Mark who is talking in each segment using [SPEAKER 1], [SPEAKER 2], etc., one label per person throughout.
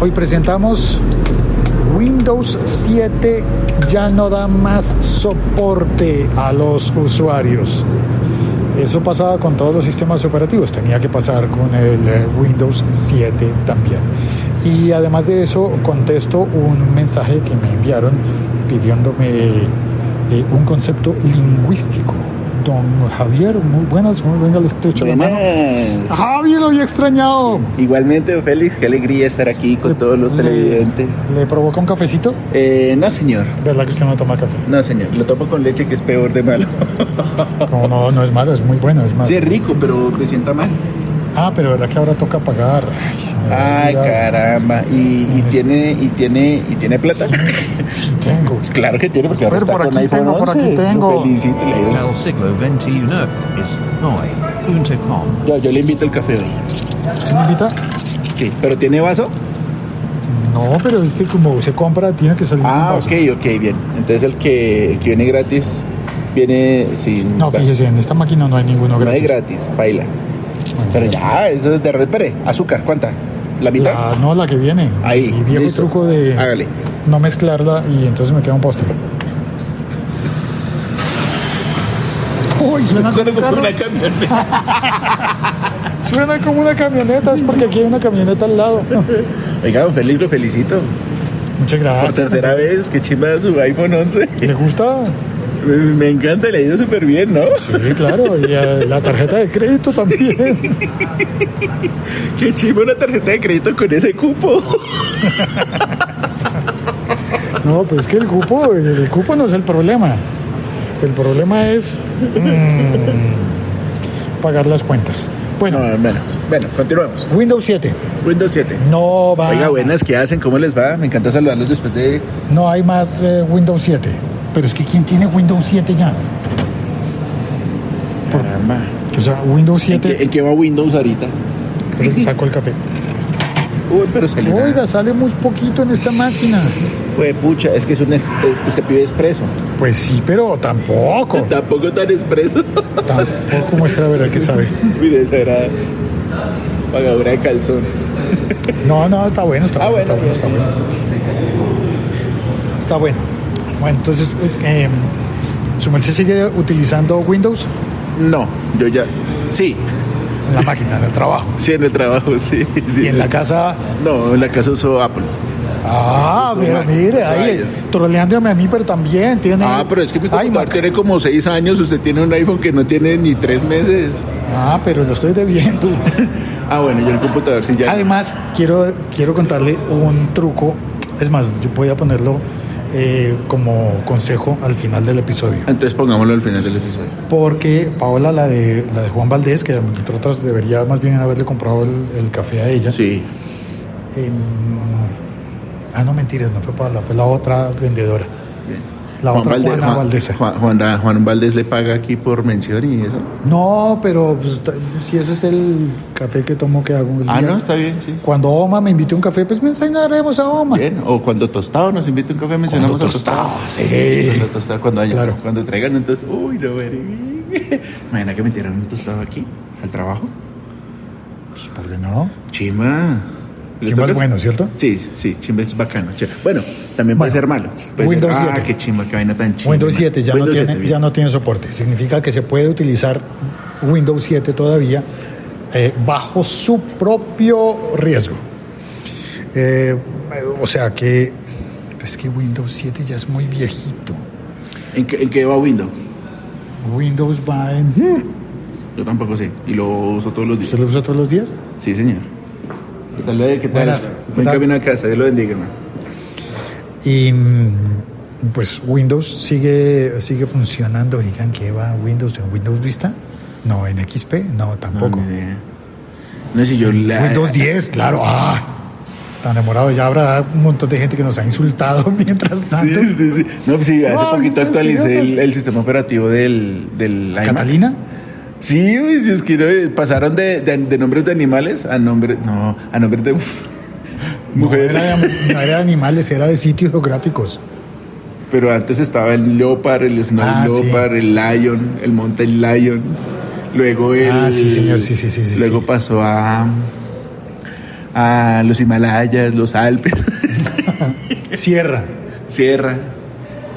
[SPEAKER 1] Hoy presentamos Windows 7 ya no da más soporte a los usuarios. Eso pasaba con todos los sistemas operativos, tenía que pasar con el eh, Windows 7 también. Y además de eso, contesto un mensaje que me enviaron pidiéndome eh, un concepto lingüístico. Don Javier, muy buenas, muy venga al estrecho de
[SPEAKER 2] eh.
[SPEAKER 1] mano.
[SPEAKER 2] Buenas.
[SPEAKER 1] Javier, lo había extrañado.
[SPEAKER 2] Igualmente, don Félix, qué alegría estar aquí con todos los
[SPEAKER 1] Le-
[SPEAKER 2] televidentes.
[SPEAKER 1] ¿Le provoca un cafecito?
[SPEAKER 2] Eh, no, señor.
[SPEAKER 1] ¿Verdad que usted no toma café?
[SPEAKER 2] No, señor. Lo topo con leche que es peor de malo.
[SPEAKER 1] No, no, no es malo, es muy bueno, es malo.
[SPEAKER 2] Sí, es rico, pero te sienta mal.
[SPEAKER 1] Ah, pero verdad que ahora toca pagar. Ay, se me había
[SPEAKER 2] Ay,
[SPEAKER 1] olvidado.
[SPEAKER 2] caramba. ¿Y, y tiene, y tiene, y tiene plata?
[SPEAKER 1] Sí tengo.
[SPEAKER 2] Claro que tiene, porque ahora
[SPEAKER 1] Pero
[SPEAKER 2] está
[SPEAKER 1] Pues, por
[SPEAKER 2] con
[SPEAKER 1] aquí
[SPEAKER 2] iPhone
[SPEAKER 1] tengo, por aquí
[SPEAKER 2] 11. Lo
[SPEAKER 1] tengo.
[SPEAKER 2] felicito, le digo.
[SPEAKER 3] El siglo XXI es hoy.com.
[SPEAKER 2] Yo, yo le invito el café hoy.
[SPEAKER 1] ¿Sí me invita?
[SPEAKER 2] Sí. ¿Pero tiene vaso?
[SPEAKER 1] No, pero es que como se compra, tiene que salir un
[SPEAKER 2] Ah,
[SPEAKER 1] vaso.
[SPEAKER 2] ok, ok, bien. Entonces el que, el que viene gratis viene sin...
[SPEAKER 1] No,
[SPEAKER 2] vaso.
[SPEAKER 1] fíjese, en esta máquina no hay ninguno
[SPEAKER 2] No es
[SPEAKER 1] gratis.
[SPEAKER 2] gratis, paila.
[SPEAKER 1] Bueno,
[SPEAKER 2] Pero
[SPEAKER 1] pues,
[SPEAKER 2] ya, eso es de repere. Azúcar, ¿cuánta? ¿La mitad?
[SPEAKER 1] La, no, la que viene.
[SPEAKER 2] Ahí,
[SPEAKER 1] Y viejo
[SPEAKER 2] listo.
[SPEAKER 1] truco de
[SPEAKER 2] Hágale.
[SPEAKER 1] no mezclarla y entonces me queda un postre. Uy, suena como, un carro.
[SPEAKER 2] camioneta.
[SPEAKER 1] suena como una camioneta, es porque aquí hay una camioneta al lado.
[SPEAKER 2] Oiga, don Félix, lo felicito.
[SPEAKER 1] Muchas
[SPEAKER 2] Por
[SPEAKER 1] gracias.
[SPEAKER 2] tercera vez, que chimba su iPhone 11.
[SPEAKER 1] ¿Le gusta?
[SPEAKER 2] Me, me encanta, le ha ido súper bien, ¿no?
[SPEAKER 1] Sí, claro, y eh, la tarjeta de crédito también.
[SPEAKER 2] Que chimba una tarjeta de crédito con ese cupo.
[SPEAKER 1] No, pues que el cupo, el cupo no es el problema. El problema es mm, pagar las cuentas.
[SPEAKER 2] No,
[SPEAKER 1] Bueno,
[SPEAKER 2] bueno, bueno, continuamos.
[SPEAKER 1] Windows 7
[SPEAKER 2] Windows 7.
[SPEAKER 1] no va.
[SPEAKER 2] Oiga,
[SPEAKER 1] más.
[SPEAKER 2] buenas, ¿qué hacen? ¿Cómo les va? Me encanta saludarlos después de...
[SPEAKER 1] No hay más eh, Windows 7. Pero es que ¿quién tiene Windows 7 ya?
[SPEAKER 2] Caramba.
[SPEAKER 1] O sea, Windows
[SPEAKER 2] ¿En qué,
[SPEAKER 1] 7
[SPEAKER 2] en qué va Windows ahorita?
[SPEAKER 1] saco el café.
[SPEAKER 2] Uy, pero salió una-
[SPEAKER 1] Oiga, sale muy poquito en esta máquina.
[SPEAKER 2] Güey, pucha, es que es un... ex- eh, Usted pide expreso.
[SPEAKER 1] Pues sí, pero tampoco.
[SPEAKER 2] Tampoco tan expreso.
[SPEAKER 1] Tampoco muestra a ver a qué sabe.
[SPEAKER 2] Mire, esa era pagadora de calzón.
[SPEAKER 1] No, no, está bueno, está
[SPEAKER 2] Ah,
[SPEAKER 1] bueno,
[SPEAKER 2] bueno.
[SPEAKER 1] está bueno, está bueno. Está bueno. Bueno, entonces, eh, ¿su merced sigue utilizando Windows?
[SPEAKER 2] No, yo ya. Sí,
[SPEAKER 1] En la máquina, en el trabajo.
[SPEAKER 2] sí, en el trabajo, sí. sí.
[SPEAKER 1] Y en la casa.
[SPEAKER 2] No, en la casa uso Apple.
[SPEAKER 1] Ah,
[SPEAKER 2] Uso
[SPEAKER 1] pero
[SPEAKER 2] Mac,
[SPEAKER 1] mire,
[SPEAKER 2] uso
[SPEAKER 1] ahí,
[SPEAKER 2] iOS.
[SPEAKER 1] troleándome a mí, pero también tiene.
[SPEAKER 2] Ah, pero es que mi
[SPEAKER 1] Ay,
[SPEAKER 2] computador
[SPEAKER 1] Mac.
[SPEAKER 2] tiene como seis años, usted tiene un iPhone que no tiene ni tres meses.
[SPEAKER 1] Ah, pero lo estoy debiendo.
[SPEAKER 2] Ah, bueno, yo el computador sí ya.
[SPEAKER 1] Además, quiero, quiero contarle un truco. Es más, yo voy a ponerlo eh, como consejo al final del episodio.
[SPEAKER 2] Entonces pongámoslo al final del episodio.
[SPEAKER 1] Porque Paola, la de, la de Juan Valdés, que entre otras debería más bien haberle comprado el, el café a ella.
[SPEAKER 2] Sí.
[SPEAKER 1] em, ah, no mentiras, no fue Paola, fue la otra vendedora. La otra
[SPEAKER 2] Valdés-
[SPEAKER 1] Juana Valdesa.
[SPEAKER 2] Juan, Juan da- Juan Valdés le paga aquí por mención y eso.
[SPEAKER 1] No, pero pues, ta- si ese es el café que tomo que hago. el
[SPEAKER 2] Ah,
[SPEAKER 1] día-
[SPEAKER 2] no, está bien, sí.
[SPEAKER 1] Cuando Oma me invite a un café, pues mencionaremos a Oma.
[SPEAKER 2] Bien. O cuando Tostado nos invita un café, mencionamos
[SPEAKER 1] Cuando
[SPEAKER 2] a Tostado.
[SPEAKER 1] Tostado, sí.
[SPEAKER 2] Cuando Tostado, cuando haya.
[SPEAKER 1] Claro.
[SPEAKER 2] Cuando traigan un tostado. Uy, no, veré. Imagina que me tiraron un tostado aquí, al trabajo.
[SPEAKER 1] Pues, ¿Por qué no?
[SPEAKER 2] Chima. ¿Les
[SPEAKER 1] Chimba es
[SPEAKER 2] tocas?
[SPEAKER 1] bueno, ¿cierto?
[SPEAKER 2] Sí, sí, chimba es bacano. che. Bueno, también puede
[SPEAKER 1] Bueno,
[SPEAKER 2] ser malo. Puede
[SPEAKER 1] Windows
[SPEAKER 2] ser,
[SPEAKER 1] 7.
[SPEAKER 2] Ah, qué chimba, qué vaina tan chimba.
[SPEAKER 1] Windows 7 ya,
[SPEAKER 2] Windows
[SPEAKER 1] no
[SPEAKER 2] 7,
[SPEAKER 1] tiene,
[SPEAKER 2] bien.
[SPEAKER 1] ya no tiene soporte. Significa que se puede utilizar Windows 7 todavía eh, bajo su propio riesgo. Eh, o sea que es que Windows 7 ya es muy viejito.
[SPEAKER 2] ¿En, qué, en qué va Windows?
[SPEAKER 1] Windows va en...
[SPEAKER 2] Yo tampoco sé. Y lo uso todos los días.
[SPEAKER 1] ¿Usted lo usa todos los días?
[SPEAKER 2] Sí, señor. Hasta luego, ¿qué tal?
[SPEAKER 1] Buenas, ¿qué
[SPEAKER 2] Buen
[SPEAKER 1] tal?
[SPEAKER 2] camino a casa, Dios lo bendiga, hermano.
[SPEAKER 1] Y mm, pues Windows sigue, sigue funcionando. Digan que va Windows en Windows Vista. No, en XP, no, tampoco.
[SPEAKER 2] No, ni idea. No, si yo la.
[SPEAKER 1] Windows 10, claro. Ah, tan demorado. Ya habrá un montón de gente que nos ha insultado mientras
[SPEAKER 2] Sí,
[SPEAKER 1] tanto.
[SPEAKER 2] sí, sí. No, pues sí, hace
[SPEAKER 1] Ay,
[SPEAKER 2] poquito
[SPEAKER 1] pues,
[SPEAKER 2] actualicé
[SPEAKER 1] idiotas.
[SPEAKER 2] el, el sistema operativo del, del iMac.
[SPEAKER 1] Catalina.
[SPEAKER 2] Sí, güey, si es que no, pasaron de, de- de nombres de animales a nombres, no, a nombres de
[SPEAKER 1] No
[SPEAKER 2] mujeres.
[SPEAKER 1] era, de, no era de animales, era de sitios geográficos.
[SPEAKER 2] Pero antes estaba el Leopard, el Snow
[SPEAKER 1] Ah, sí.
[SPEAKER 2] Leopard, el Lion, el Mountain Lion. Luego el.
[SPEAKER 1] Ah, sí, señor, sí, sí, sí, sí,
[SPEAKER 2] Luego
[SPEAKER 1] sí.
[SPEAKER 2] pasó a. a los Himalayas, los Alpes,
[SPEAKER 1] Sierra.
[SPEAKER 2] Sierra.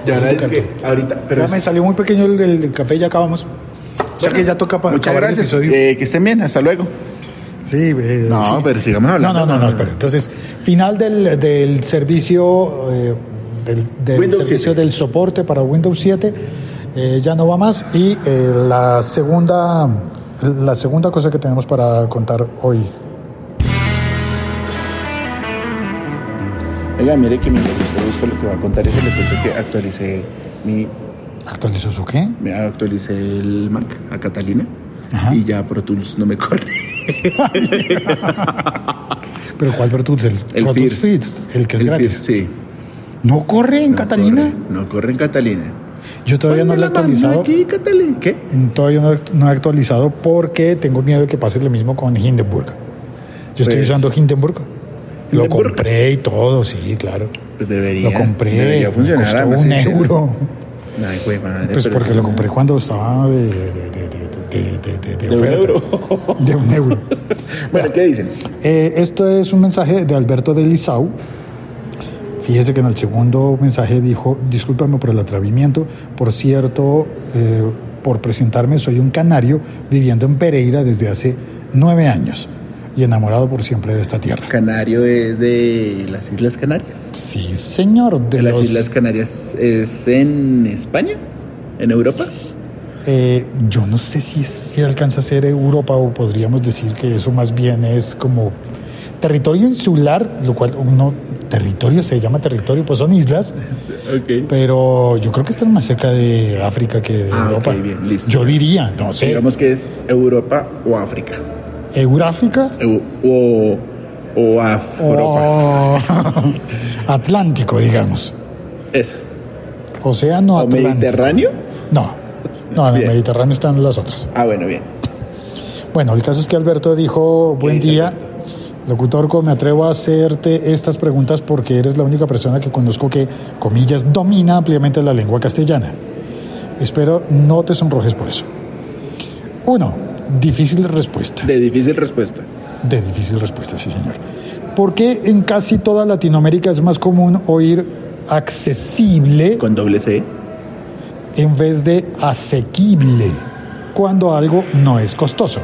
[SPEAKER 2] Y ahora es que ahorita, pero
[SPEAKER 1] Ya me salió muy pequeño el, el café, ya acabamos. O sea
[SPEAKER 2] Bueno,
[SPEAKER 1] que ya toca para
[SPEAKER 2] muchas
[SPEAKER 1] acabar el
[SPEAKER 2] gracias.
[SPEAKER 1] episodio.
[SPEAKER 2] Eh, que estén bien, hasta luego.
[SPEAKER 1] sí, eh,
[SPEAKER 2] No,
[SPEAKER 1] sí.
[SPEAKER 2] pero sigamos
[SPEAKER 1] No,
[SPEAKER 2] hablando.
[SPEAKER 1] no, no, no, espera. Entonces, final del, del servicio, eh, del, del
[SPEAKER 2] Windows
[SPEAKER 1] servicio
[SPEAKER 2] 7.
[SPEAKER 1] del soporte para Windows 7, eh, ya no va más. Y eh, la segunda, la segunda cosa que tenemos para contar hoy.
[SPEAKER 2] Oiga, mire que mientras usted busca lo que va a contar es le cuento que actualicé mi
[SPEAKER 1] ¿Actualizó su qué?
[SPEAKER 2] me actualicé el Mac a Catalina
[SPEAKER 1] Ajá.
[SPEAKER 2] y ya Pro Tools no me corre.
[SPEAKER 1] ¿Pero cuál Bertuz? El,
[SPEAKER 2] El
[SPEAKER 1] Pro Tools
[SPEAKER 2] First.
[SPEAKER 1] Fits, el que es
[SPEAKER 2] El
[SPEAKER 1] gratis.
[SPEAKER 2] Fizz, sí.
[SPEAKER 1] ¿No corre en
[SPEAKER 2] No
[SPEAKER 1] Catalina?
[SPEAKER 2] corre, no corre en Catalina.
[SPEAKER 1] Yo todavía no
[SPEAKER 2] Ponme
[SPEAKER 1] lo he
[SPEAKER 2] la mano
[SPEAKER 1] actualizado.
[SPEAKER 2] Aquí, Catalina. ¿Qué?
[SPEAKER 1] Mm, Todavía no, no he actualizado porque tengo miedo de que pase lo mismo con Hindenburg. Yo estoy
[SPEAKER 2] Pues-
[SPEAKER 1] usando Hindenburg. Lo
[SPEAKER 2] Hindenburg.
[SPEAKER 1] compré y todo, sí, claro.
[SPEAKER 2] Pues debería.
[SPEAKER 1] Lo compré.
[SPEAKER 2] Debería
[SPEAKER 1] me
[SPEAKER 2] funcionar.
[SPEAKER 1] costó
[SPEAKER 2] además,
[SPEAKER 1] un
[SPEAKER 2] sí, sí.
[SPEAKER 1] euro.
[SPEAKER 2] Ay, güey, madre.
[SPEAKER 1] Pues
[SPEAKER 2] pero-
[SPEAKER 1] porque lo compré cuando estaba de, de, de- de- de- de- de- de
[SPEAKER 2] De un
[SPEAKER 1] oferta.
[SPEAKER 2] euro.
[SPEAKER 1] De un euro.
[SPEAKER 2] bueno, ¿qué dicen?
[SPEAKER 1] Eh, esto es un mensaje de Alberto de Lizau. Fíjese que en el segundo mensaje dijo, discúlpame por el atrevimiento, por cierto, eh, por presentarme, soy un canario viviendo en Pereira desde hace nueve años y enamorado por siempre de esta tierra.
[SPEAKER 2] Canario es de las Islas Canarias.
[SPEAKER 1] Sí, señor, de
[SPEAKER 2] De las
[SPEAKER 1] los,
[SPEAKER 2] Islas Canarias es en España, en Europa.
[SPEAKER 1] eh, yo no sé si, es- si alcanza a ser Europa o podríamos decir que eso más bien es como territorio insular, lo cual uno, territorio se llama territorio, pues son islas.
[SPEAKER 2] Ok.
[SPEAKER 1] Pero yo creo que están más cerca de África que de
[SPEAKER 2] Ah, ok,
[SPEAKER 1] Europa.
[SPEAKER 2] bien, listo.
[SPEAKER 1] Yo diría, no sé,
[SPEAKER 2] Digamos que es Europa o África.
[SPEAKER 1] Euráfrica
[SPEAKER 2] Eu- O, o Afropa.
[SPEAKER 1] o Atlántico, digamos.
[SPEAKER 2] Eso.
[SPEAKER 1] Océano
[SPEAKER 2] ¿O
[SPEAKER 1] Atlántico.
[SPEAKER 2] Mediterráneo?
[SPEAKER 1] No, no, en el
[SPEAKER 2] Bien.
[SPEAKER 1] Mediterráneo están las otras.
[SPEAKER 2] Ah, bueno, bien.
[SPEAKER 1] Bueno, el caso es que Alberto dijo, buen
[SPEAKER 2] dice
[SPEAKER 1] día, locutorco, me atrevo a hacerte estas preguntas porque eres la única persona que conozco que, comillas, domina ampliamente la lengua castellana. Espero no te sonrojes por eso. Uno, difícil respuesta.
[SPEAKER 2] De difícil respuesta.
[SPEAKER 1] De difícil respuesta, sí señor. ¿Por qué en casi toda Latinoamérica es más común oír accesible
[SPEAKER 2] Con doble C.
[SPEAKER 1] en vez de asequible cuando algo no es costoso?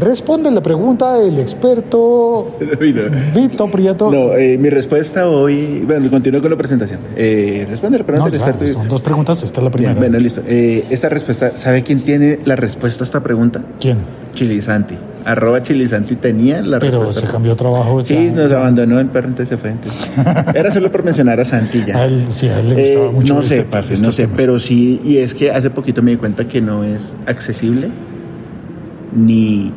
[SPEAKER 1] Responde la pregunta el experto
[SPEAKER 2] Mira.
[SPEAKER 1] Vito Prieto.
[SPEAKER 2] No, eh, mi respuesta hoy. Bueno, continúo con la presentación. Eh, responde la
[SPEAKER 1] No,
[SPEAKER 2] pregunta del
[SPEAKER 1] claro,
[SPEAKER 2] experto.
[SPEAKER 1] son dos preguntas, esta es la
[SPEAKER 2] Bien,
[SPEAKER 1] primera.
[SPEAKER 2] bueno, listo. Eh, esta respuesta, ¿sabe quién tiene la respuesta a esta pregunta?
[SPEAKER 1] ¿Quién?
[SPEAKER 2] Chilisanti. Arroba Chilisanti tenía la
[SPEAKER 1] Pero
[SPEAKER 2] respuesta.
[SPEAKER 1] se cambió trabajo. o sea,
[SPEAKER 2] Sí, nos abandonó el perro, entonces se fue. entonces. Era solo por mencionar a Santi ya.
[SPEAKER 1] a él, sí, a él le gustaba
[SPEAKER 2] Eh,
[SPEAKER 1] mucho.
[SPEAKER 2] no sé,
[SPEAKER 1] este-
[SPEAKER 2] parce, no
[SPEAKER 1] estos
[SPEAKER 2] sé,
[SPEAKER 1] temas.
[SPEAKER 2] pero sí, y es que hace poquito me di cuenta que no es accesible ni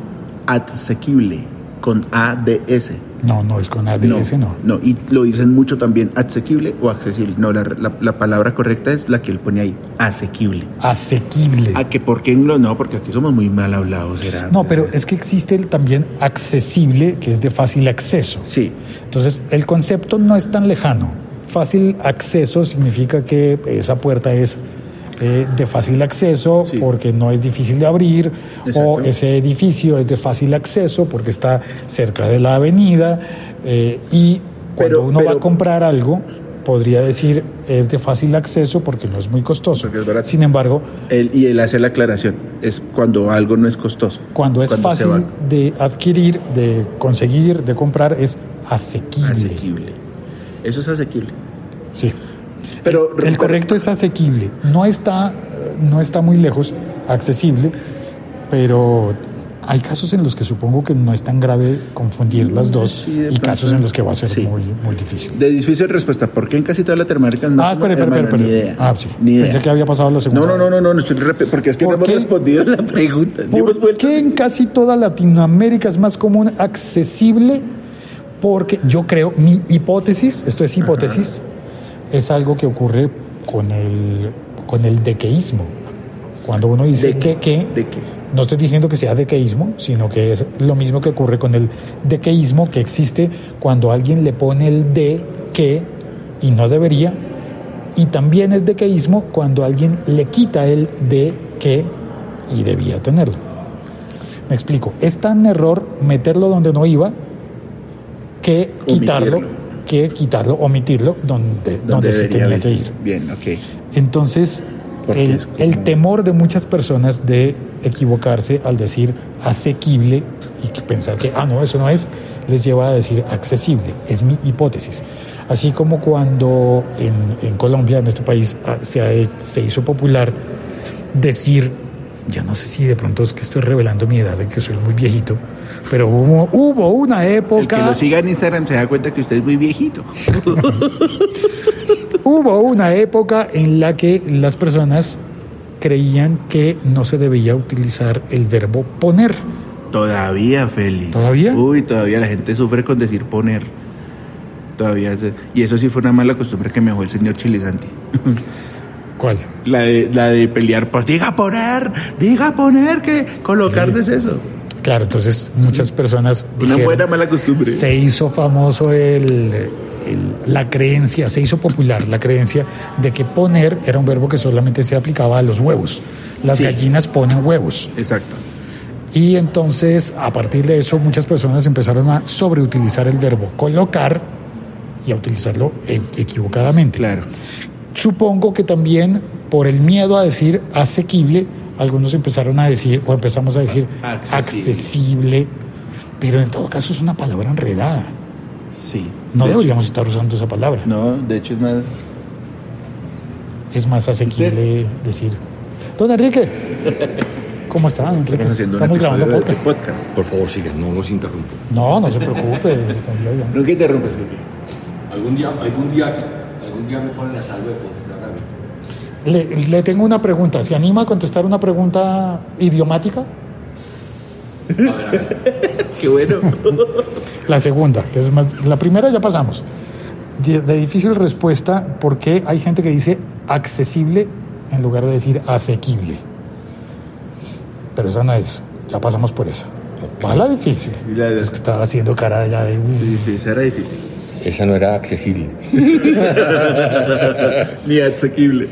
[SPEAKER 2] asequible con ADS.
[SPEAKER 1] No, no, es con ADS, no.
[SPEAKER 2] no, y lo dicen mucho también, asequible o accesible. No, la, la- la palabra correcta es la que él pone ahí, asequible.
[SPEAKER 1] Asequible.
[SPEAKER 2] ¿A que por qué en lo- no? Porque aquí somos muy mal hablados, era.
[SPEAKER 1] No, pero es que existe el también accesible, que es de fácil acceso.
[SPEAKER 2] Sí,
[SPEAKER 1] Entonces, el concepto no es tan lejano. Fácil acceso significa que esa puerta es eh, de fácil acceso
[SPEAKER 2] Sí.
[SPEAKER 1] porque no es difícil de abrir, o
[SPEAKER 2] Exacto.
[SPEAKER 1] ese edificio es de fácil acceso porque está cerca de la avenida, eh, y cuando
[SPEAKER 2] Pero-
[SPEAKER 1] uno va
[SPEAKER 2] pero-
[SPEAKER 1] a comprar algo, podría decir es de fácil acceso porque no es muy costoso.
[SPEAKER 2] Porque es barato.
[SPEAKER 1] Sin embargo,
[SPEAKER 2] él, y él hace la aclaración, es cuando algo no es costoso.
[SPEAKER 1] cuando es
[SPEAKER 2] se
[SPEAKER 1] fácil
[SPEAKER 2] va-
[SPEAKER 1] de adquirir, de conseguir, de comprar, es asequible.
[SPEAKER 2] Asequible. Eso es asequible.
[SPEAKER 1] Sí.
[SPEAKER 2] Pero
[SPEAKER 1] El correcto es asequible. No está, no está muy lejos, accesible, pero hay casos en los que supongo que no es tan grave confundir las dos
[SPEAKER 2] Mm, Sí, de
[SPEAKER 1] y
[SPEAKER 2] pronto.
[SPEAKER 1] casos en los que va a ser
[SPEAKER 2] Sí.
[SPEAKER 1] muy, muy difícil.
[SPEAKER 2] De difícil respuesta, ¿por qué en casi todas las América no?
[SPEAKER 1] ah, espera, espera, espera.
[SPEAKER 2] Hermano,
[SPEAKER 1] espera.
[SPEAKER 2] Ni idea.
[SPEAKER 1] Ah, sí.
[SPEAKER 2] Ni idea.
[SPEAKER 1] Pensé que había pasado la segunda.
[SPEAKER 2] No, no, no, no, no, no estoy repi- porque es que no
[SPEAKER 1] ¿Por
[SPEAKER 2] hemos
[SPEAKER 1] qué?
[SPEAKER 2] respondido la pregunta. Ni hemos
[SPEAKER 1] ¿Por
[SPEAKER 2] vuelto-
[SPEAKER 1] qué en casi toda Latinoamérica es más común accesible? Porque yo creo, mi hipótesis, esto es hipótesis, es algo que ocurre con el, con el dequeísmo. Cuando uno dice
[SPEAKER 2] ¿De qué?
[SPEAKER 1] que, que,
[SPEAKER 2] ¿De qué?
[SPEAKER 1] no estoy diciendo que sea dequeísmo, sino que es lo mismo que ocurre con el dequeísmo que existe cuando alguien le pone el de que y no debería. Y también es dequeísmo cuando alguien le quita el de que y debía tenerlo. Me explico, es tan error meterlo donde no iba que quitarlo, que quitarlo, omitirlo donde, donde, se tenía
[SPEAKER 2] debería ir?
[SPEAKER 1] que ir.
[SPEAKER 2] Bien, ok.
[SPEAKER 1] Entonces,
[SPEAKER 2] Porque
[SPEAKER 1] el,
[SPEAKER 2] es como-
[SPEAKER 1] el temor de muchas personas de equivocarse al decir asequible y que pensar que, ah, no, eso no es, les lleva a decir accesible. Es mi hipótesis. Así como cuando en, en Colombia, en este país, ah, se, ha he- se hizo popular decir, ya no sé si de pronto es que estoy revelando mi edad, de que soy muy viejito, pero hubo, hubo una
[SPEAKER 2] El que
[SPEAKER 1] época...
[SPEAKER 2] lo siga en Instagram se da cuenta que usted es muy viejito.
[SPEAKER 1] Hubo una época en la que las personas creían que no se debía utilizar el verbo poner.
[SPEAKER 2] Todavía, Félix.
[SPEAKER 1] ¿Todavía?
[SPEAKER 2] Uy, todavía la gente sufre con decir poner. Todavía. se- Y eso sí fue una mala costumbre que me dejó el señor Chilizanti.
[SPEAKER 1] ¿Cuál?
[SPEAKER 2] La de, la de pelear por. Diga poner, diga poner, que colocar
[SPEAKER 1] Sí.
[SPEAKER 2] no es eso.
[SPEAKER 1] Claro, entonces muchas personas
[SPEAKER 2] Una
[SPEAKER 1] dijeron,
[SPEAKER 2] buena mala costumbre.
[SPEAKER 1] se hizo famoso el, el- la creencia, se hizo popular la creencia de que poner era un verbo que solamente se aplicaba a los huevos. Las
[SPEAKER 2] Sí.
[SPEAKER 1] gallinas ponen huevos.
[SPEAKER 2] Exacto.
[SPEAKER 1] Y entonces, a partir de eso, muchas personas empezaron a sobreutilizar el verbo colocar y a utilizarlo eh, equivocadamente.
[SPEAKER 2] Claro.
[SPEAKER 1] Supongo que también por el miedo a decir asequible, algunos empezaron a decir, o empezamos a decir accesible,
[SPEAKER 2] Accesible.
[SPEAKER 1] pero en todo caso es una palabra enredada.
[SPEAKER 2] Sí.
[SPEAKER 1] No
[SPEAKER 2] De hecho-
[SPEAKER 1] deberíamos estar usando esa palabra.
[SPEAKER 2] No, de hecho es más.
[SPEAKER 1] Es más asequible decir. Don Enrique, ¿cómo está, don Enrique?
[SPEAKER 2] Estamos haciendo un
[SPEAKER 1] Estamos grabando
[SPEAKER 2] episodio de, de
[SPEAKER 1] podcast.
[SPEAKER 2] podcast.
[SPEAKER 4] Por favor, sigan, no nos interrumpan.
[SPEAKER 1] No, no se preocupe. está bien.
[SPEAKER 2] No que interrumpes, Felipe.
[SPEAKER 5] Algún día, algún día, algún día me ponen a salvo de contratarme.
[SPEAKER 1] Le, le tengo una pregunta. ¿Se anima a contestar una pregunta idiomática?
[SPEAKER 5] A ver, a ver.
[SPEAKER 2] Qué bueno.
[SPEAKER 1] La segunda, que es más. La primera ya pasamos. De, de difícil respuesta, ¿por qué hay gente que dice accesible en lugar de decir asequible? Pero esa no es. Ya pasamos por esa. Va la difícil.
[SPEAKER 2] Y la de-
[SPEAKER 1] Es que estaba haciendo cara ya de. "Uf".
[SPEAKER 2] Sí, sí, será difícil.
[SPEAKER 4] Esa no era accesible.
[SPEAKER 2] Ni asequible.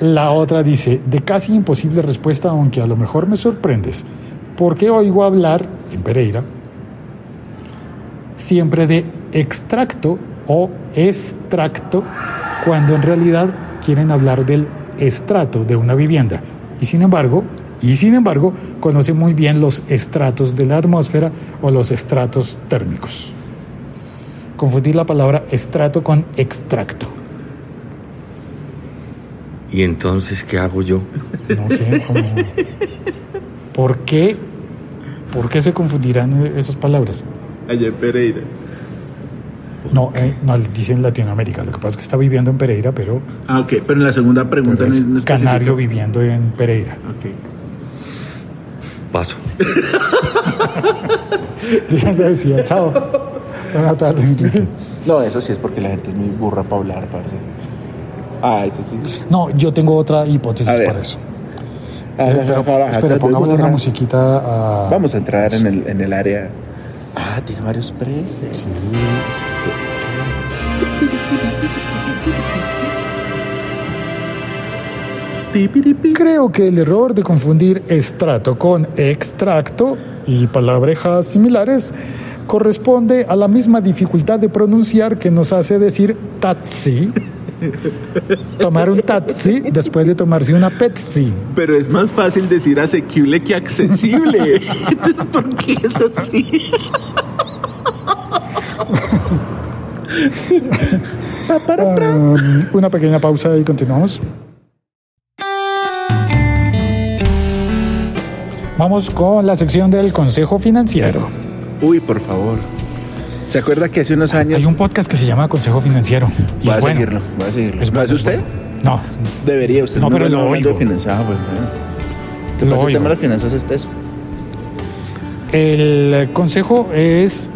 [SPEAKER 1] La otra dice, de casi imposible respuesta, aunque a lo mejor me sorprendes, ¿por qué oigo hablar en Pereira siempre de extracto o extracto cuando en realidad quieren hablar del estrato de una vivienda? Y sin embargo, y sin embargo, conocen muy bien los estratos de la atmósfera o los estratos térmicos. Confundir la palabra estrato con extracto.
[SPEAKER 4] ¿Y entonces qué hago yo?
[SPEAKER 1] No sé, como... ¿Por qué? ¿Por qué se confundirán esas palabras?
[SPEAKER 2] Allá en Pereira.
[SPEAKER 1] No, eh, no, dice en Latinoamérica. Lo que pasa es que está viviendo en Pereira, pero,
[SPEAKER 2] Ah, ok. Pero en la segunda pregunta
[SPEAKER 1] pero es
[SPEAKER 2] no, no especifica.
[SPEAKER 1] canario viviendo en Pereira.
[SPEAKER 2] Ok.
[SPEAKER 4] Paso.
[SPEAKER 1] Le decía, chao. Buenas tardes, Enrique.
[SPEAKER 2] No, eso sí es porque la gente es muy burra para hablar, parce. Ah, eso sí.
[SPEAKER 1] No, yo tengo otra hipótesis
[SPEAKER 2] A ver.
[SPEAKER 1] para eso.
[SPEAKER 2] Ah,
[SPEAKER 1] Eh, pero, espera, pongámosle una musiquita a...
[SPEAKER 2] Vamos a entrar en el, en el área. Ah, tiene varios preses.
[SPEAKER 1] Creo que el error de confundir estrato con extracto y palabrejas similares corresponde a la misma dificultad de pronunciar que nos hace decir taxi. Tomar un taxi después de tomarse una Pepsi.
[SPEAKER 2] Pero es más fácil decir asequible que accesible. Entonces, ¿por qué es así?
[SPEAKER 1] Um, una pequeña pausa y continuamos. Vamos con la sección del Consejo Financiero.
[SPEAKER 2] Uy, por favor. ¿Se acuerda que hace unos años...
[SPEAKER 1] Hay un podcast que se llama Consejo Financiero. Y
[SPEAKER 2] Voy
[SPEAKER 1] es
[SPEAKER 2] a
[SPEAKER 1] bueno.
[SPEAKER 2] seguirlo, voy a seguirlo.
[SPEAKER 1] Es
[SPEAKER 2] ¿Lo
[SPEAKER 1] bueno, es
[SPEAKER 2] hace usted?
[SPEAKER 1] bueno. No,
[SPEAKER 2] Debería usted.
[SPEAKER 1] No,
[SPEAKER 2] es muy
[SPEAKER 1] pero
[SPEAKER 2] bueno
[SPEAKER 1] lo
[SPEAKER 2] hablando de
[SPEAKER 1] oigo.
[SPEAKER 2] finanzas. Ah, pues, bueno. ¿Qué
[SPEAKER 1] Lo
[SPEAKER 2] pasa? El
[SPEAKER 1] oigo.
[SPEAKER 2] tema de las finanzas es eso.
[SPEAKER 1] El consejo es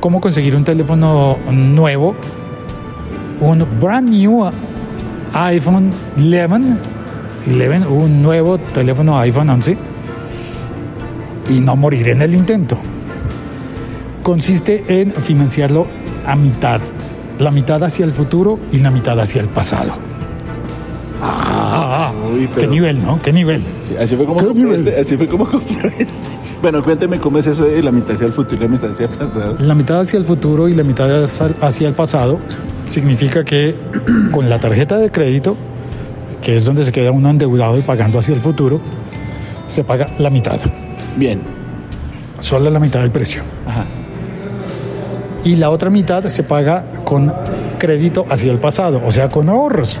[SPEAKER 1] cómo conseguir un teléfono nuevo, un brand new iPhone 11, 11, un nuevo teléfono iPhone 11 y no morir en el intento. Consiste en financiarlo a mitad, la mitad hacia el futuro y la mitad hacia el pasado. Ah, ah, ah.
[SPEAKER 2] Uy,
[SPEAKER 1] qué
[SPEAKER 2] pero- Ah,
[SPEAKER 1] nivel, ¿no? Qué nivel.
[SPEAKER 2] Sí, así, fue como
[SPEAKER 1] ¿Qué
[SPEAKER 2] compré
[SPEAKER 1] nivel?
[SPEAKER 2] este, así fue como compré este. Bueno, cuénteme cómo es eso de la mitad hacia el futuro y la mitad hacia el pasado.
[SPEAKER 1] La mitad hacia el futuro y la mitad hacia- hacia el pasado significa que con la tarjeta de crédito, que es donde se queda uno endeudado y pagando hacia el futuro, se paga la mitad,
[SPEAKER 2] Bien.
[SPEAKER 1] solo la mitad del precio.
[SPEAKER 2] Ajá.
[SPEAKER 1] Y la otra mitad se paga con crédito hacia el pasado, o sea, con ahorros.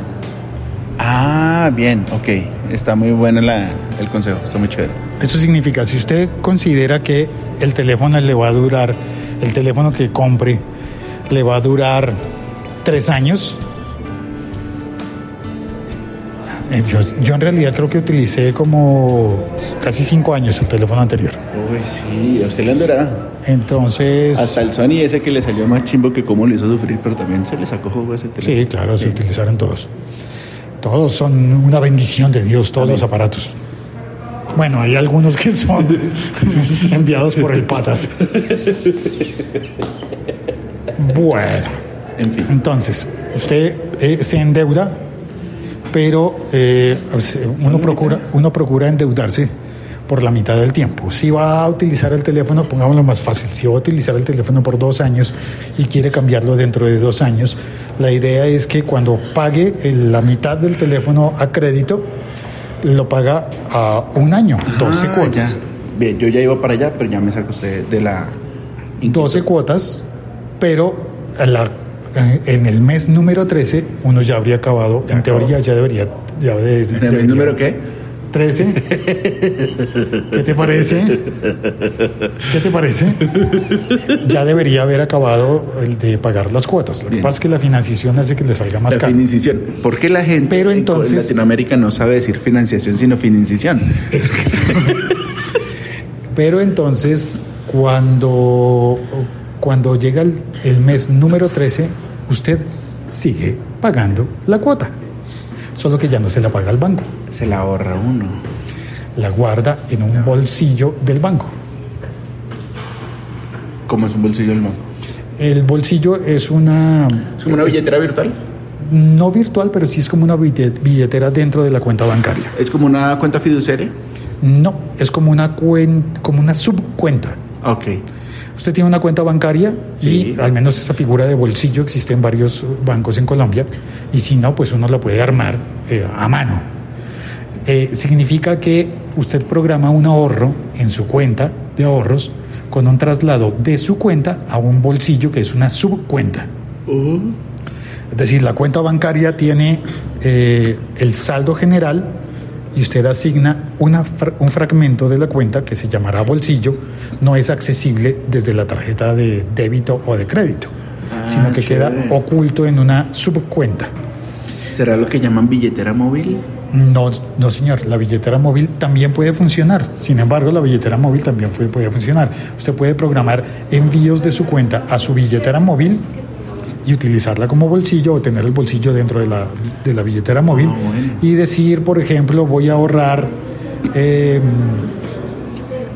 [SPEAKER 2] Ah, bien, ok. Está muy bueno la, el consejo, está muy chévere.
[SPEAKER 1] Eso significa, si usted considera que el teléfono le va a durar, el teléfono que compre le va a durar tres años, eh, yo, yo en realidad creo que utilicé como casi cinco años el teléfono anterior.
[SPEAKER 2] Uy, sí, a usted le andará.
[SPEAKER 1] Entonces,
[SPEAKER 2] Hasta el Sony ese que le salió más chimbo que cómo lo hizo sufrir, pero también se le sacó jugo a ese teléfono.
[SPEAKER 1] sí, claro, se utilizaron todos. Todos son una bendición de Dios, todos los aparatos. Bueno, hay algunos que son enviados por el patas. Bueno,
[SPEAKER 2] En fin.
[SPEAKER 1] entonces, usted eh, se endeuda, pero eh, se- uno, procura, uno procura endeudarse por la mitad del tiempo. Si va a utilizar el teléfono, pongámoslo más fácil, si va a utilizar el teléfono por dos años y quiere cambiarlo dentro de dos años, la idea es que cuando pague el- la mitad del teléfono a crédito, lo paga a un año, 12
[SPEAKER 2] Ah,
[SPEAKER 1] cuotas.
[SPEAKER 2] ya. Bien, yo ya iba para allá, pero ya me sacó usted de la.
[SPEAKER 1] 12 cuotas, pero a la- en- en el mes número 13 uno ya habría acabado, en
[SPEAKER 2] acabó.
[SPEAKER 1] teoría ya debería... Ya de- debería-
[SPEAKER 2] ¿El número qué?
[SPEAKER 1] 13. ¿Qué te parece? ¿Qué te parece? Ya debería haber acabado el de pagar las cuotas. Lo que
[SPEAKER 2] Bien.
[SPEAKER 1] pasa es que la financiación hace que le salga más
[SPEAKER 2] la
[SPEAKER 1] caro.
[SPEAKER 2] financiación. ¿Por qué la gente
[SPEAKER 1] Pero
[SPEAKER 2] en-
[SPEAKER 1] entonces-
[SPEAKER 2] en Latinoamérica no sabe decir financiación, sino financiación?
[SPEAKER 1] Pero entonces, cuando, cuando llega el, el mes número 13, usted sigue pagando la cuota. Solo que ya no se la paga al banco,
[SPEAKER 2] Se la ahorra uno.
[SPEAKER 1] la guarda en un bolsillo del banco.
[SPEAKER 2] Como es un bolsillo del banco.
[SPEAKER 1] El bolsillo es una
[SPEAKER 2] Es como una billetera virtual.
[SPEAKER 1] no virtual, pero sí es como una bille- billetera dentro de la cuenta bancaria.
[SPEAKER 2] Es como una cuenta fiduciaria.
[SPEAKER 1] No, es como una cuen- como una subcuenta.
[SPEAKER 2] Ok.
[SPEAKER 1] Usted tiene una cuenta bancaria
[SPEAKER 2] Sí.
[SPEAKER 1] y al menos esa figura de bolsillo existe en varios bancos en Colombia y si no, pues uno la puede armar eh, a mano. Eh, significa que usted programa un ahorro en su cuenta de ahorros con un traslado de su cuenta a un bolsillo que es una subcuenta. Es decir, la cuenta bancaria tiene eh, el saldo general y usted asigna una fra- un fragmento de la cuenta que se llamará bolsillo, no es accesible desde la tarjeta de débito o de crédito,
[SPEAKER 2] Ah,
[SPEAKER 1] sino que
[SPEAKER 2] chévere.
[SPEAKER 1] queda oculto en una subcuenta.
[SPEAKER 2] ¿Será lo que llaman billetera móvil?
[SPEAKER 1] No, no señor, la billetera móvil también puede funcionar. Sin embargo, la billetera móvil también fue- puede funcionar. Usted puede programar envíos de su cuenta a su billetera móvil y utilizarla como bolsillo o tener el bolsillo dentro de la, de la billetera móvil
[SPEAKER 2] Ah, bueno.
[SPEAKER 1] y decir, por ejemplo, voy a ahorrar eh,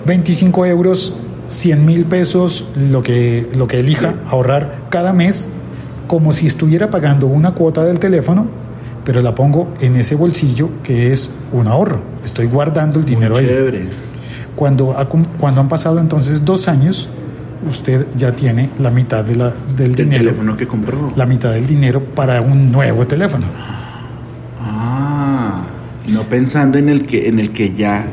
[SPEAKER 1] 25 euros, 100 mil pesos, lo que, lo que elija ahorrar cada mes, como si estuviera pagando una cuota del teléfono, pero la pongo en ese bolsillo que es un ahorro. Estoy guardando el dinero ahí.
[SPEAKER 2] Chévere.
[SPEAKER 1] Cuando, ha cum- cuando han pasado entonces dos años, usted ya tiene la mitad de la- del
[SPEAKER 2] Del
[SPEAKER 1] dinero
[SPEAKER 2] teléfono que compró.
[SPEAKER 1] la mitad del dinero para un nuevo teléfono.
[SPEAKER 2] Ah. No pensando en el que en el que ya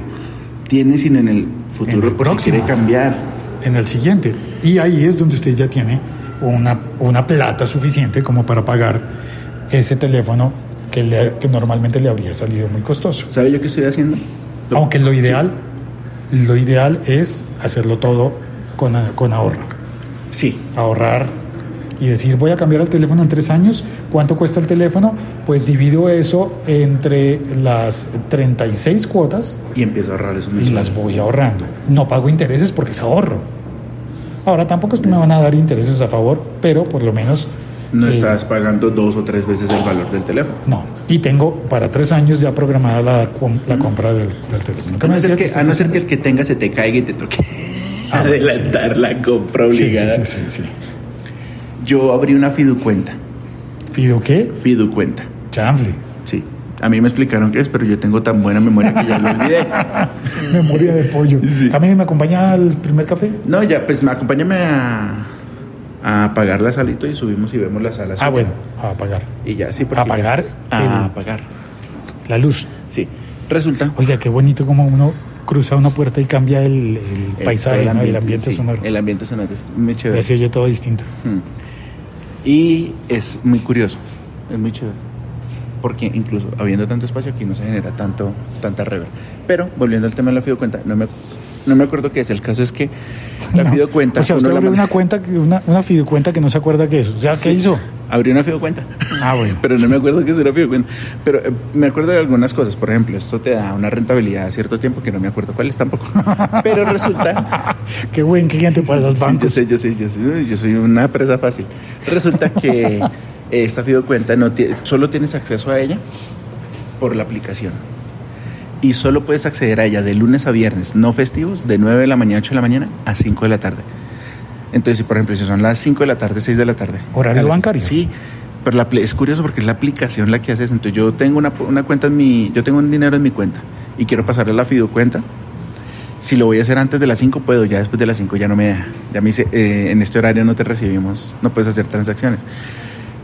[SPEAKER 2] tiene, sino en el futuro
[SPEAKER 1] En el
[SPEAKER 2] por si
[SPEAKER 1] próximo.
[SPEAKER 2] quiere cambiar.
[SPEAKER 1] en el siguiente. Y ahí es donde usted ya tiene una, una plata suficiente como para pagar ese teléfono que, le- que normalmente le habría salido muy costoso.
[SPEAKER 2] ¿Sabe yo qué estoy haciendo?
[SPEAKER 1] Aunque lo ideal, lo ideal es hacerlo todo con, a- con ahorro.
[SPEAKER 2] Sí.
[SPEAKER 1] Ahorrar y decir voy a cambiar el teléfono en tres años. ¿Cuánto cuesta el teléfono? Pues divido eso entre las 36 cuotas
[SPEAKER 2] Y empiezo a ahorrar eso
[SPEAKER 1] y
[SPEAKER 2] mismo.
[SPEAKER 1] las voy ahorrando. No pago intereses porque es ahorro. Ahora tampoco es que me van a dar intereses a favor, pero por lo menos
[SPEAKER 2] No
[SPEAKER 1] eh,
[SPEAKER 2] estás pagando dos o tres veces el valor del teléfono.
[SPEAKER 1] no. Y tengo para tres años ya programada la, com- la compra del, del teléfono.
[SPEAKER 2] A
[SPEAKER 1] ¿Qué me
[SPEAKER 2] no, ser
[SPEAKER 1] decía
[SPEAKER 2] que,
[SPEAKER 1] que
[SPEAKER 2] a no
[SPEAKER 1] estás
[SPEAKER 2] ser que Mm. el que tenga se te caiga y te toque
[SPEAKER 1] Ah, bueno,
[SPEAKER 2] adelantar la compra obligada.
[SPEAKER 1] haciendo? Sí, sí, sí, sí,
[SPEAKER 2] Yo abrí una Fidu cuenta.
[SPEAKER 1] sí. ¿Fido qué?
[SPEAKER 2] Fidu cuenta.
[SPEAKER 1] Chanfle.
[SPEAKER 2] Sí. A mí me explicaron qué es, pero yo tengo tan buena memoria que ya lo olvidé.
[SPEAKER 1] Memoria de pollo.
[SPEAKER 2] Sí.
[SPEAKER 1] Camille, ¿me acompaña al primer café?
[SPEAKER 2] No, ya, pues me- acompáñame a, a apagar la salito y subimos y vemos la sala.
[SPEAKER 1] Ah, bueno, a apagar
[SPEAKER 2] Y ya, sí, porque...
[SPEAKER 1] ¿A apagar?
[SPEAKER 2] A
[SPEAKER 1] El-
[SPEAKER 2] apagar,
[SPEAKER 1] la luz.
[SPEAKER 2] sí. Resulta...
[SPEAKER 1] Oiga, qué bonito como uno cruza una puerta y cambia el, el
[SPEAKER 2] el-
[SPEAKER 1] paisaje,
[SPEAKER 2] todo
[SPEAKER 1] ¿no? el ambiente
[SPEAKER 2] sí,
[SPEAKER 1] sonoro.
[SPEAKER 2] El ambiente sonoro es muy
[SPEAKER 1] Ya
[SPEAKER 2] chévere.
[SPEAKER 1] se oye todo distinto.
[SPEAKER 2] Hmm. Y es muy curioso, es muy chévere. Porque incluso habiendo tanto espacio aquí no se genera tanto, tanta reverb. Pero volviendo al tema de la fidocuenta, no me, no me acuerdo qué es. El caso es que la fidocuenta.
[SPEAKER 1] O sea,
[SPEAKER 2] uno
[SPEAKER 1] usted
[SPEAKER 2] la
[SPEAKER 1] abrió
[SPEAKER 2] maneja-
[SPEAKER 1] una cuenta, que- una, una fidecuenta que no se acuerda qué es. O sea, ¿qué hizo?
[SPEAKER 2] Abrí una fidocuenta.
[SPEAKER 1] Ah, bueno.
[SPEAKER 2] Pero no me acuerdo qué es una fidocuenta. Pero eh, me acuerdo de algunas cosas. Por ejemplo, esto te da una rentabilidad a cierto tiempo que no me acuerdo cuál es tampoco. Pero resulta
[SPEAKER 1] Qué buen cliente para los
[SPEAKER 2] Sí,
[SPEAKER 1] bancos.
[SPEAKER 2] yo sé, yo sé, yo sé. Uy, Yo soy una presa fácil. Resulta que eh, esta fidocuenta no tie- solo tienes acceso a ella por la aplicación. Y solo puedes acceder a ella de lunes a viernes, no festivos, de 9 de la mañana, 8 de la mañana a 5 de la tarde. Entonces, si, por ejemplo, si son las 5 de la tarde, 6 de la tarde.
[SPEAKER 1] Horario
[SPEAKER 2] a las-
[SPEAKER 1] bancario.
[SPEAKER 2] Sí, pero la, apli- es curioso porque es la aplicación la que hace eso. Entonces, yo tengo una, una cuenta en mi, yo tengo un dinero en mi cuenta y quiero pasarle a la fidocuenta. Si lo voy a hacer antes de las 5 puedo, ya después de las 5 ya no me deja. Ya me dice, eh, en este horario no te recibimos, no puedes hacer transacciones.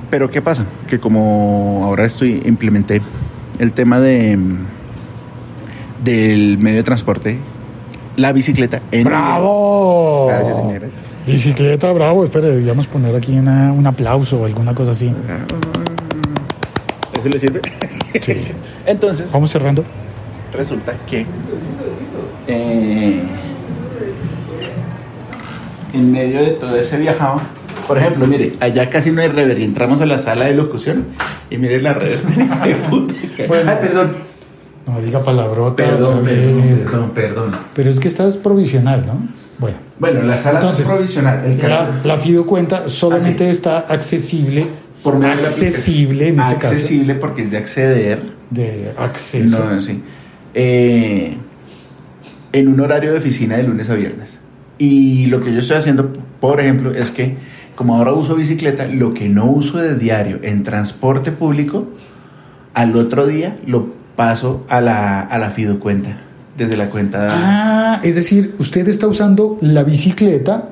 [SPEAKER 2] Pero ¿qué pasa? Que como ahora estoy, implementé el tema de mm, del medio de transporte, la bicicleta en
[SPEAKER 1] ¡Bravo!
[SPEAKER 2] Gracias, señores.
[SPEAKER 1] Bicicleta, bravo. Espera, debíamos poner aquí una- un aplauso o alguna cosa así.
[SPEAKER 2] ¿Eso le sirve?
[SPEAKER 1] Sí.
[SPEAKER 2] Entonces,
[SPEAKER 1] Vamos cerrando.
[SPEAKER 2] resulta que eh, en medio de todo ese viajado, por ejemplo, mire, allá casi no hay rever y entramos a la sala de locución y mire la rever. de puta que- Ay, perdón.
[SPEAKER 1] No diga palabrotas. a
[SPEAKER 2] Perdón,
[SPEAKER 1] ver.
[SPEAKER 2] perdón, perdón, perdón.
[SPEAKER 1] Pero es que esta es provisional, ¿no? Bueno.
[SPEAKER 2] Bueno, la sala no es
[SPEAKER 1] Entonces,
[SPEAKER 2] provisional. El caso-
[SPEAKER 1] La, la fidecuenta solamente
[SPEAKER 2] Ah, sí.
[SPEAKER 1] está accesible,
[SPEAKER 2] por medio de la
[SPEAKER 1] accesible en
[SPEAKER 2] aplicación.
[SPEAKER 1] este caso,
[SPEAKER 2] Accesible porque es de acceder.
[SPEAKER 1] de acceso.
[SPEAKER 2] No, sí. Eh, en un horario de oficina de lunes a viernes. Y lo que yo estoy haciendo, por ejemplo, es que como ahora uso bicicleta, lo que no uso de diario en transporte público, al otro día lo paso a la, a la fidocuenta, desde la cuenta...
[SPEAKER 1] Ah, es decir, usted está usando la bicicleta,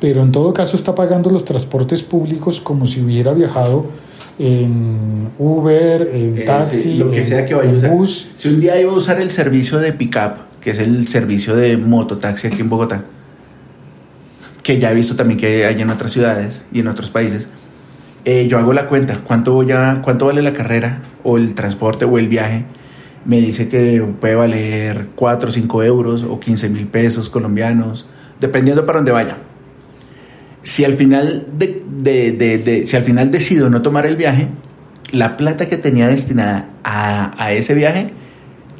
[SPEAKER 1] pero en todo caso está pagando los transportes públicos como si hubiera viajado en Uber, en
[SPEAKER 2] Eh,
[SPEAKER 1] taxi,
[SPEAKER 2] sí, lo que
[SPEAKER 1] en-
[SPEAKER 2] sea que vaya a
[SPEAKER 1] en
[SPEAKER 2] usar.
[SPEAKER 1] bus.
[SPEAKER 2] Si un día iba a usar el servicio de pickup, que es el servicio de mototaxi aquí en Bogotá, que ya he visto también que hay en otras ciudades y en otros países, eh, yo hago la cuenta, cuánto voy a, cuánto vale la carrera o el transporte o el viaje. Me dice que puede valer 4 o 5 euros o 15 mil pesos colombianos, dependiendo para dónde vaya. Si al final de- de- de- de- si al final decido no tomar el viaje, la plata que tenía destinada a, a ese viaje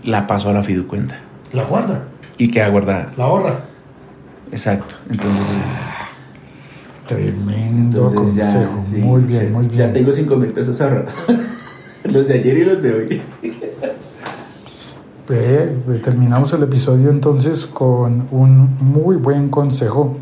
[SPEAKER 2] la paso a la fiducuenta
[SPEAKER 1] La guarda,
[SPEAKER 2] y queda guardada.
[SPEAKER 1] la ahorra.
[SPEAKER 2] Exacto. Entonces,
[SPEAKER 1] Tremendo
[SPEAKER 2] entonces ya,
[SPEAKER 1] consejo.
[SPEAKER 2] sí,
[SPEAKER 1] muy bien,
[SPEAKER 2] sí.
[SPEAKER 1] muy bien.
[SPEAKER 2] Ya tengo 5 mil pesos ahorrados. los de ayer y los de hoy.
[SPEAKER 1] Ve, ve, terminamos el episodio entonces con un muy buen consejo